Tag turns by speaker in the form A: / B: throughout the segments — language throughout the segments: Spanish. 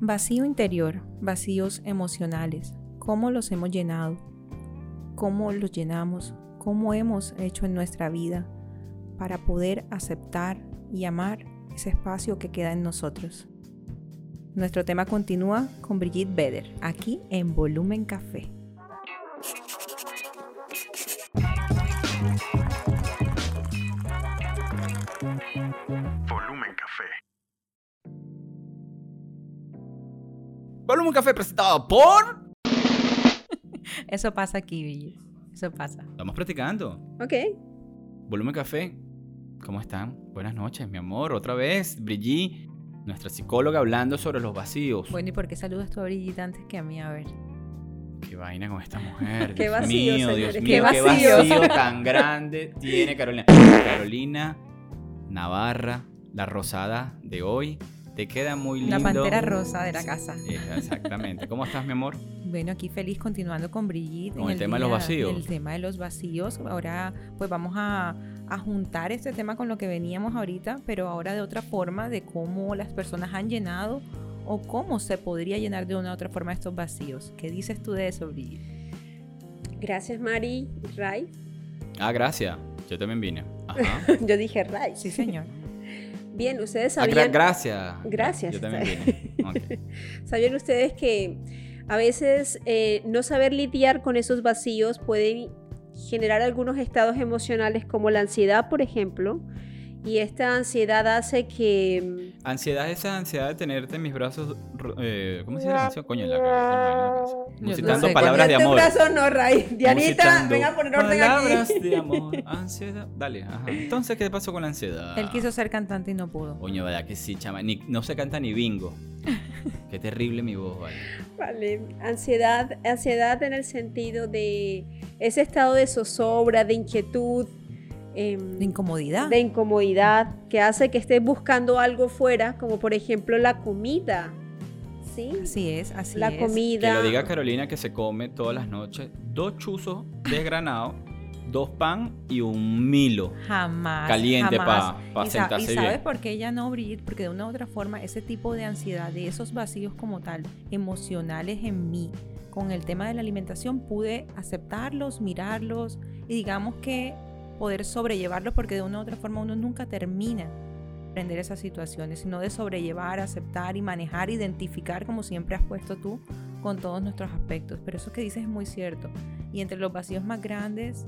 A: Vacío interior, vacíos emocionales, cómo los hemos llenado, cómo los llenamos, cómo hemos hecho en nuestra vida para poder aceptar y amar ese espacio que queda en nosotros. Nuestro tema continúa con Brigitte Beder, aquí en Volumen Café.
B: Volumen Café.
C: Volumen Café presentado por.
A: Eso pasa aquí, Brigitte. Eso pasa.
C: Estamos practicando.
A: Ok.
C: Volumen Café. ¿Cómo están? Buenas noches, mi amor. Otra vez, Brigitte, nuestra psicóloga, hablando sobre los vacíos.
A: Bueno, ¿y por qué saludas tú a Brigitte antes que a mí? A ver.
C: Qué vaina con esta mujer.
A: Qué
C: Dios
A: vacío,
C: mío,
A: señores,
C: Dios mío,
A: qué
C: qué vacío.
A: vacío.
C: tan grande tiene Carolina. Carolina Navarra, la rosada de hoy. Te queda muy lindo.
A: La pantera rosa de la casa.
C: Eh, Exactamente. ¿Cómo estás, mi amor?
A: Bueno, aquí feliz continuando con Brigitte.
C: Con
A: en
C: el tema de los
A: día-
C: vacíos.
A: El tema de los vacíos. Ahora, pues vamos a, a juntar este tema con lo que veníamos ahorita, pero ahora de otra forma, de cómo las personas han llenado o cómo se podría llenar de una u otra forma estos vacíos. ¿Qué dices tú de eso, Brigitte?
D: Gracias, Mari. Ray.
C: Ah, gracias. Yo también vine. Ajá.
D: Yo dije Ray.
A: Sí, señor.
D: Bien, ustedes
C: Ah, gra-
D: sabían,
C: gracias.
D: Gracias,
C: Yo
D: está
C: también vine. Ok.
D: ¿sabían ustedes que a veces eh, no saber lidiar con esos vacíos puede generar algunos estados emocionales como la ansiedad, por ejemplo. Y esta ansiedad hace que mm,
C: Ansiedad, esa ansiedad de tenerte en mis brazos. ro- eh, ¿Cómo se dice la canción? Coño, en
D: Ah,
C: la cabeza. no, en la cabeza.
A: no
C: Musitando
A: sé,
C: palabras de
D: Con
C: amor.
D: este brazo no, Ray. Dianita,
C: Musitando
D: venga a poner orden
C: palabras
D: aquí.
C: de amor. Ansiedad. Dale, ajá. Entonces, ¿qué pasó con la ansiedad?
A: Él quiso ser cantante y no pudo.
C: Coño, ¿verdad que sí, chama? Ni- no se canta ni bingo. Qué terrible mi voz, vale.
D: Vale, ansiedad, ansiedad en el sentido de ese estado de zozobra, de inquietud, em,
A: De incomodidad.
D: de incomodidad que hace que estés buscando algo fuera, como por ejemplo la comida. ¿Sí?
A: Así es, así
D: la
A: es.
D: comida.
C: Que lo diga Carolina que se come todas las noches dos chuzos desgranados, dos pan y un milo.
A: Jamás.
C: Caliente
A: jamás.
C: pa- pa
A: Y sa-
C: sentarse
A: ¿Y sabes
C: bien.
A: por qué ella no, Brigitte? Porque de una u otra forma, ese tipo de ansiedad, de esos vacíos como tal, emocionales en mí, con el tema de la alimentación, pude aceptarlos, mirarlos y digamos que poder sobrellevarlos, porque de una u otra forma uno nunca termina de aprender esas situaciones, sino de sobrellevar, aceptar y manejar, identificar, como siempre has puesto tú, con todos nuestros aspectos. Pero eso que dices es muy cierto. Y entre los vacíos más grandes,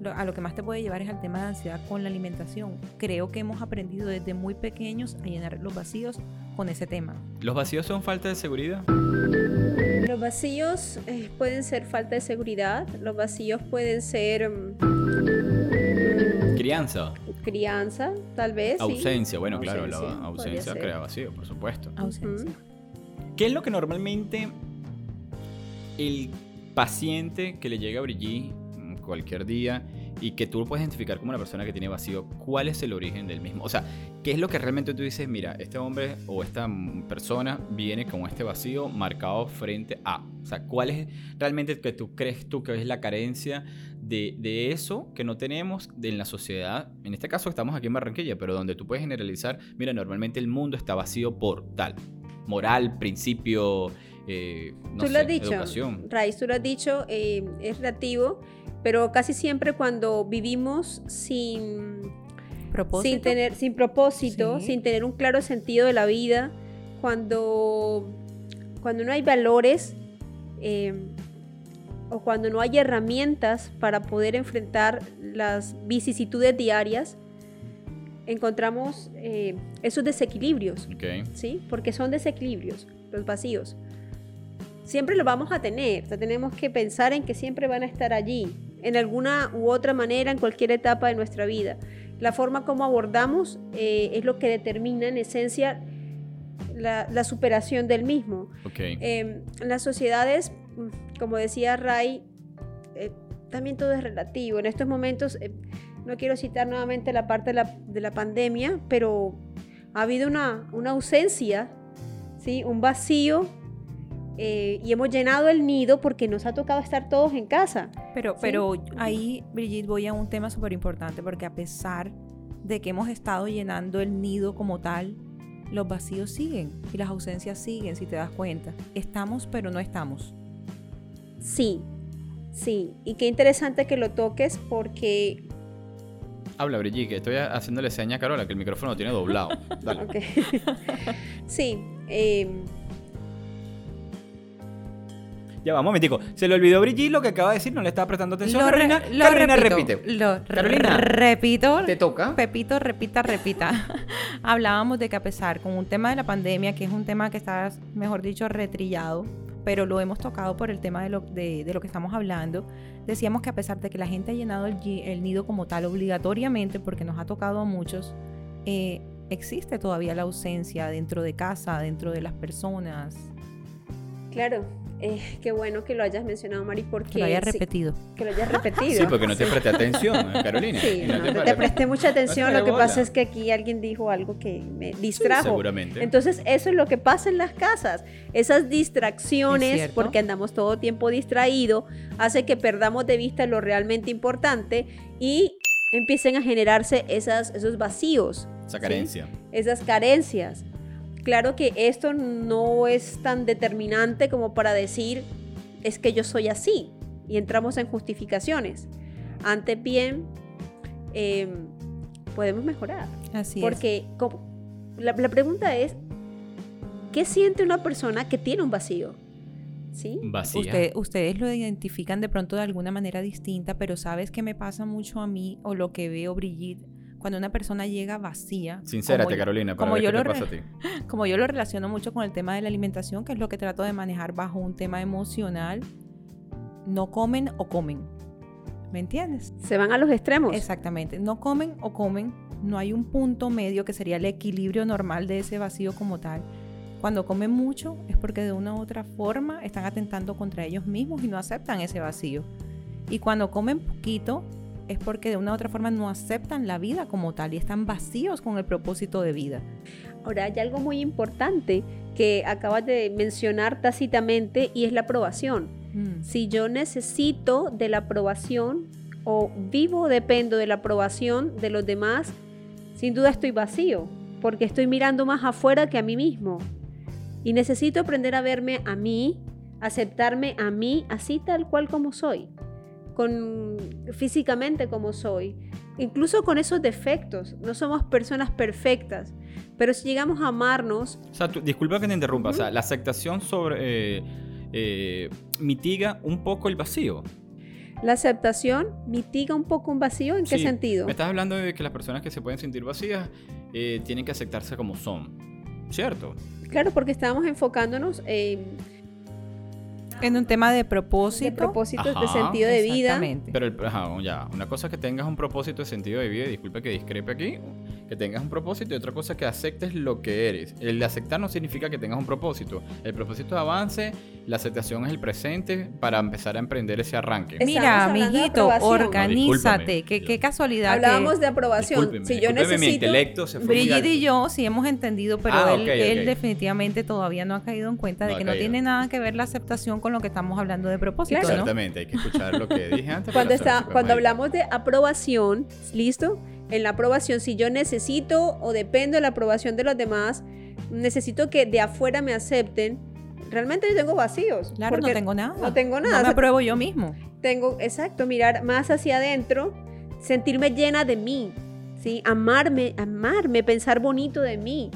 A: lo- a lo que más te puede llevar es al tema de ansiedad con la alimentación. Creo que hemos aprendido desde muy pequeños a llenar los vacíos con ese tema.
C: ¿Los vacíos son falta de seguridad?
D: Los vacíos eh, pueden ser falta de seguridad, los vacíos pueden ser mm, mm,
C: Crianza,
D: crianza, tal vez. sí.
C: ausencia. Bueno, claro, la
D: Ausencia,
C: ausencia
D: podría
C: crea
D: ser.
C: vacío, por supuesto.
A: Ausencia.
C: ¿Qué es lo que normalmente el paciente que le llega a Brigitte mm, cualquier día y que tú lo puedes identificar como una persona que tiene vacío, cuál es el origen del mismo? O sea, ¿qué es lo que realmente tú dices, mira, este hombre o esta mm, persona viene con este vacío marcado frente a? O sea, ¿cuál es realmente que tú crees tú que es la carencia de, de eso que no tenemos de- en la sociedad? En este caso estamos aquí en Barranquilla, pero donde tú puedes generalizar, mira, normalmente el mundo está vacío por tal moral, principio, eh, no
D: tú
C: sé,
D: lo has dicho,
C: educación.
D: Raiz, tú lo has dicho, eh, es relativo, pero casi siempre cuando vivimos sin,
A: Propósito.
D: sin tener sin propósito,
A: Sí.
D: sin tener un claro sentido de la vida, cuando cuando no hay valores eh, o cuando no hay herramientas para poder enfrentar las vicisitudes diarias, encontramos eh, esos desequilibrios.
C: Ok.
D: ¿sí? Porque son desequilibrios, los vacíos. Siempre los vamos a tener, o sea, tenemos que pensar en que siempre van a estar allí, en alguna u otra manera, en cualquier etapa de nuestra vida. La forma como abordamos eh, es lo que determina en esencia la, la superación del mismo.
C: Ok.
D: Eh, las sociedades, mm, como decía Ray, eh, también todo es relativo. En estos momentos, eh, no quiero citar nuevamente la parte de la, de la pandemia, pero ha habido una, una ausencia, ¿sí? un vacío, eh, y hemos llenado el nido porque nos ha tocado estar todos en casa.
A: Pero,
D: Sí.
A: pero ahí, Brigitte, voy a un tema súper importante porque a pesar de que hemos estado llenando el nido como tal, los vacíos siguen y las ausencias siguen, si te das cuenta. Estamos, pero no estamos.
D: Sí, sí. Y qué interesante que lo toques porque...
C: Habla, Brigitte, que estoy haciéndole seña a Carola, que el micrófono lo tiene doblado. Dale.
D: ok. sí. eh,
C: Ya va, un momentico. Se le olvidó a Brigitte lo que acaba de decir, no le estaba prestando atención.
A: re-
C: Carolina,
A: lo
C: Carolina
A: repito,
C: repite.
A: Lo
C: Carolina,
A: repito.
C: Te toca.
A: Pepito, repita, repita. Hablábamos de que a pesar con un tema de la pandemia, que es un tema que está, mejor dicho, retrillado, pero lo hemos tocado por el tema de lo, de, de lo que estamos hablando, decíamos que a pesar de que la gente ha llenado el, gi- el nido como tal obligatoriamente, porque nos ha tocado a muchos, eh, existe todavía la ausencia dentro de casa, dentro de las personas,
D: claro. eh, qué bueno que lo hayas mencionado, Mari, porque...
A: que lo haya
D: sí,
A: repetido.
D: que lo hayas repetido.
C: Sí, porque no te presté atención, eh, Carolina.
D: Sí,
C: Y
D: no, te, te
C: parece.
D: presté mucha
C: No
D: atención.
C: te
D: Lo que
C: bola.
D: pasa es que aquí alguien dijo algo que me
C: Sí,
D: distrajo.
C: seguramente.
D: Entonces, eso es lo que pasa en las casas. Esas
A: Es
D: distracciones,
A: cierto.
D: porque andamos todo tiempo distraído, hace que perdamos de vista lo realmente importante y empiecen a generarse esas, esos vacíos,
C: Esa carencia.
D: esas carencias. Claro que esto no es tan determinante como para decir, es que yo soy así, y entramos en justificaciones. Antes bien, eh, podemos mejorar.
A: Así es.
D: Porque como- la, la pregunta es, ¿qué siente una persona que tiene un vacío? ¿Sí?
C: Vacía.
A: Usted- ustedes lo identifican de pronto de alguna manera distinta, pero ¿sabes qué me pasa mucho a mí o lo que veo, Brigitte? Cuando una persona llega vacía.
C: Sincérate,
A: como-
C: Carolina, para
A: como
C: ver
A: yo
C: qué te
A: lo
C: pasa a ti.
A: Como yo lo relaciono mucho con el tema de la alimentación, que es lo que trato de manejar bajo un tema emocional, no comen o comen. ¿Me entiendes?
D: Se van a los extremos.
A: Exactamente. No comen o comen. No hay un punto medio que sería el equilibrio normal de ese vacío como tal. Cuando comen mucho es porque de una u otra forma están atentando contra ellos mismos y no aceptan ese vacío. Y cuando comen poquito es porque de una u otra forma no aceptan la vida como tal y están vacíos con el propósito de vida.
D: Ahora hay algo muy importante que acabas de mencionar tácitamente y es la aprobación.
A: Mm.
D: Si yo necesito de la aprobación o vivo o dependo de la aprobación de los demás, sin duda estoy vacío porque estoy mirando más afuera que a mí mismo. Y necesito aprender a verme a mí, aceptarme a mí, así tal cual como soy, con físicamente como soy, incluso con esos defectos. No somos personas perfectas, pero si llegamos a amarnos,
C: O sea, tú- disculpa que te interrumpa. O sea, la aceptación sobre. eh, eh, mitiga un poco el vacío.
D: la aceptación mitiga un poco un vacío. ¿En qué
C: Sí,
D: sentido?
C: Me estás hablando de que las personas que se pueden sentir vacías eh, tienen que aceptarse como son. ¿Cierto?
D: Claro, porque estábamos enfocándonos en
A: En un tema de
D: de
A: propósito.
D: propósitos, de
C: Ajá.
D: sentido de vida.
A: Exactamente.
C: Pero, el, ajá, ya. Una cosa es que tengas un propósito de sentido de vida, y disculpa que discrepe aquí, que tengas un propósito y otra cosa es que aceptes lo que eres. El de aceptar no significa que tengas un propósito. El propósito es avance, la aceptación es el presente para empezar a emprender ese arranque.
D: Es-
A: Mira,
D: Estábamos hablando de
A: amiguito,
D: aprobación.
C: No,
A: organízate.
C: discúlpame.
A: Qué, qué casualidad.
D: Hablábamos
A: que
D: de aprobación.
C: Discúlpeme,
D: Si yo
C: discúlpeme, mi
D: necesito
C: intelecto se fue muy
A: Brigitte
C: alto.
A: y yo sí hemos entendido, pero
C: Ah,
A: él,
C: ok,
A: él
C: ok.
A: definitivamente todavía no ha caído en cuenta de
C: No ha
A: que no
C: caído.
A: tiene nada que ver la aceptación con lo que estamos hablando de propósito,
D: Claro.
A: ¿no?
C: Exactamente, hay que escuchar lo que dije antes.
D: cuando
C: para saber
D: está
C: si
D: cuando
C: podemos
D: hablamos de aprobación, ¿listo? En la aprobación, si yo necesito o dependo de la aprobación de los demás, necesito que de afuera me acepten. Realmente yo tengo vacíos.
A: Claro, no
D: porque
A: tengo nada.
D: No tengo
A: No
D: nada.
A: me apruebo yo mismo.
D: tengo, exacto, mirar más hacia adentro, sentirme llena de mí, ¿sí? Amarme, amarme, pensar bonito de mí.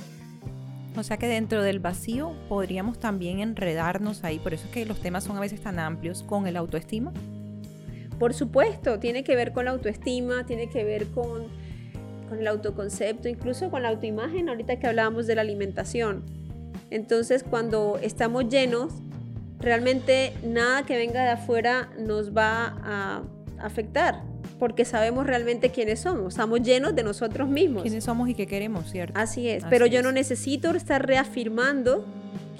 A: O sea que dentro del vacío podríamos también enredarnos ahí. Por eso es que los temas son a veces tan amplios con el autoestima.
D: Pues. Por supuesto, tiene que ver con la autoestima, tiene que ver con, con el autoconcepto, incluso con la autoimagen, ahorita que hablábamos de la alimentación. Entonces, cuando estamos llenos, realmente nada que venga de afuera nos va a afectar, porque sabemos realmente quiénes somos, estamos llenos de nosotros mismos.
A: ¿Quiénes somos y qué queremos, cierto?
D: Así es,
A: Así
D: pero yo
A: es.
D: no necesito estar reafirmando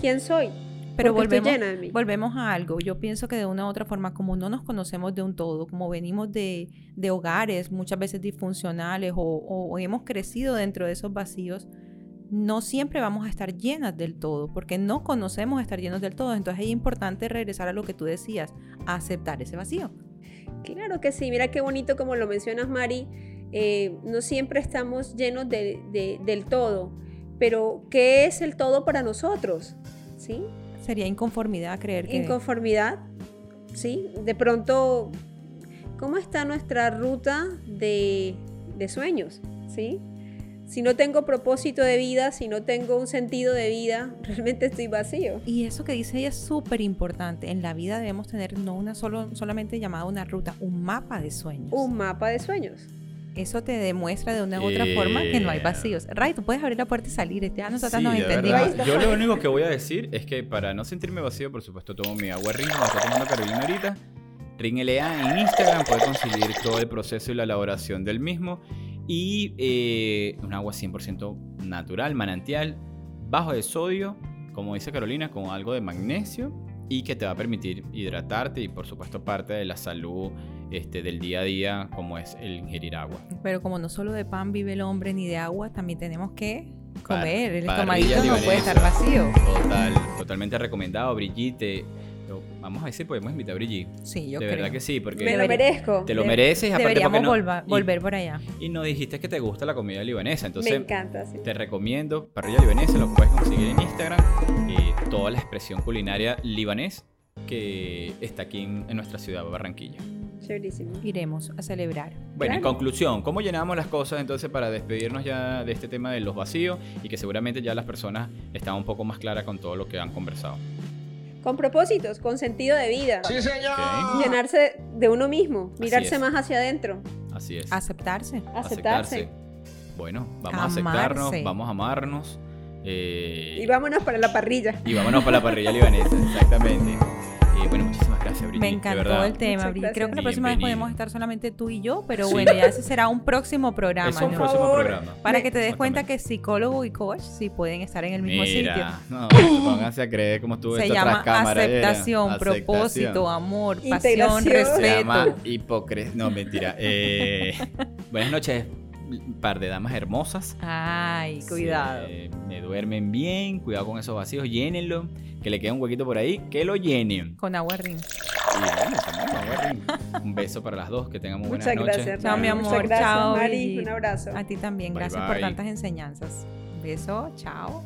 D: quién soy,
A: Pero
D: porque
A: volvemos,
D: estoy llena de mí.
A: Volvemos a algo. Yo pienso que de una u otra forma, como no nos conocemos de un todo, como venimos de, de hogares muchas veces disfuncionales o, o- o hemos crecido dentro de esos vacíos, no siempre vamos a estar llenas del todo, porque no conocemos estar llenos del todo. Entonces es importante regresar a lo que tú decías, a aceptar ese vacío.
D: Claro que sí, mira qué bonito como lo mencionas Mari, eh, no siempre estamos llenos de- de- del todo, pero ¿qué es el todo para nosotros? ¿Sí?
A: Sería inconformidad creer que...
D: Inconformidad, ¿sí? De pronto, ¿cómo está nuestra ruta de, de sueños? ¿Sí? Si no tengo propósito de vida, si no tengo un sentido de vida, realmente estoy vacío.
A: y eso que dice ella es súper importante. En la vida debemos tener no una solo, solamente llamada una ruta, un mapa de sueños.
D: Un mapa de sueños.
A: Eso te demuestra de una u otra forma que no hay
C: Yeah.
A: vacíos. Ray, tú puedes abrir la puerta y salir. Ya nosotras
C: Eh. Sí,
A: nos
C: de
A: entendimos.
C: verdad. Yo lo único que voy a decir es que para no sentirme vacío, por supuesto, tomo mi agua Ring, como está tomando Carolina ahorita. Ring LA en Instagram puede conseguir todo el proceso y la elaboración del mismo. Y eh, un agua 100% natural, manantial, bajo de sodio, como dice Carolina, con algo de magnesio y que te va a permitir hidratarte y por supuesto parte de la salud este, del día a día como es el ingerir agua.
A: Pero como no solo de pan vive el hombre ni de agua, también tenemos que
C: Par-
A: comer. el
C: parrilla
A: estomaguito no puede
C: libanesa.
A: estar vacío.
C: Total, totalmente recomendado, Brigitte. Lo- Vamos a ver si podemos invitar a Brigitte.
A: Sí, yo
C: de
A: creo.
C: verdad que sí,
D: Me lo
A: Debería-
C: porque
D: merezco.
C: te lo
A: De-
C: mereces. y aparte porque
A: Deberíamos
C: no-
A: volva-
C: y-
A: volver por allá.
C: Y no dijiste que te gusta la comida libanesa,
D: Me
C: entonces
D: encanta, sí.
C: te recomiendo parrilla libanesa, lo puedes conseguir en Instagram. eh, toda la expresión culinaria libanés que está aquí en, en nuestra ciudad, Barranquilla.
D: Chéverísimo.
A: Iremos a celebrar.
C: Bueno, en
D: Claro.
C: conclusión, ¿cómo llenamos las cosas entonces para despedirnos ya de este tema de los vacíos y que seguramente ya las personas están un poco más claras con todo lo que han conversado?
D: Con propósitos, con sentido de vida.
C: Ok,
D: Llenarse de uno mismo,
C: Así
D: mirarse
C: es.
D: más hacia adentro,
C: Así es.
A: Aceptarse.
D: aceptarse.
C: Bueno, vamos
A: Amarse.
C: a aceptarnos, vamos a amarnos. eh,
D: Y vámonos para la parrilla.
C: y vámonos para la parrilla libanesa, exactamente. Eh, bueno, muchísimas gracias, Brigitte.
A: Me
C: de
A: encantó
C: verdad.
A: el tema,
D: Muchas
A: Bri. Creo que la
C: gracias.
A: próxima vez
C: Bienvenida.
A: podemos estar solamente tú y yo, pero
C: Sí.
A: bueno, ya ese será un próximo programa.
C: Es un
A: ¿no?
C: próximo
D: favor.
C: programa.
A: Para que te des cuenta
C: Exactamente.
A: que psicólogo y coach sí pueden estar en el mismo sitio.
C: Mira, no, pónganse a creer cómo estuvo
A: Se
C: esto
A: llama
C: tras cámara, era.
A: aceptación, propósito, amor, pasión,
D: Integración.
C: Se llama
A: respeto.
C: hipocresía. No, mentira. Eh, buenas noches, par de damas hermosas.
A: Ay, cuidado.
C: Se- me duermen bien, cuidado con esos vacíos, llénenlo. Que le quede un huequito por ahí, que lo llenen.
A: Con agua ring.
C: Y bueno, también, vamos a ver, Un beso para las dos, que tengamos buenas
D: Muchas
C: noches.
D: gracias.
A: Chao, mi
D: Hernán.
A: amor.
D: Muchas gracias,
A: Chao,
D: Mari.
A: Brigitte.
D: Un abrazo.
A: A ti también,
C: Bye,
A: gracias
C: bye.
A: por tantas enseñanzas. Un beso, chao.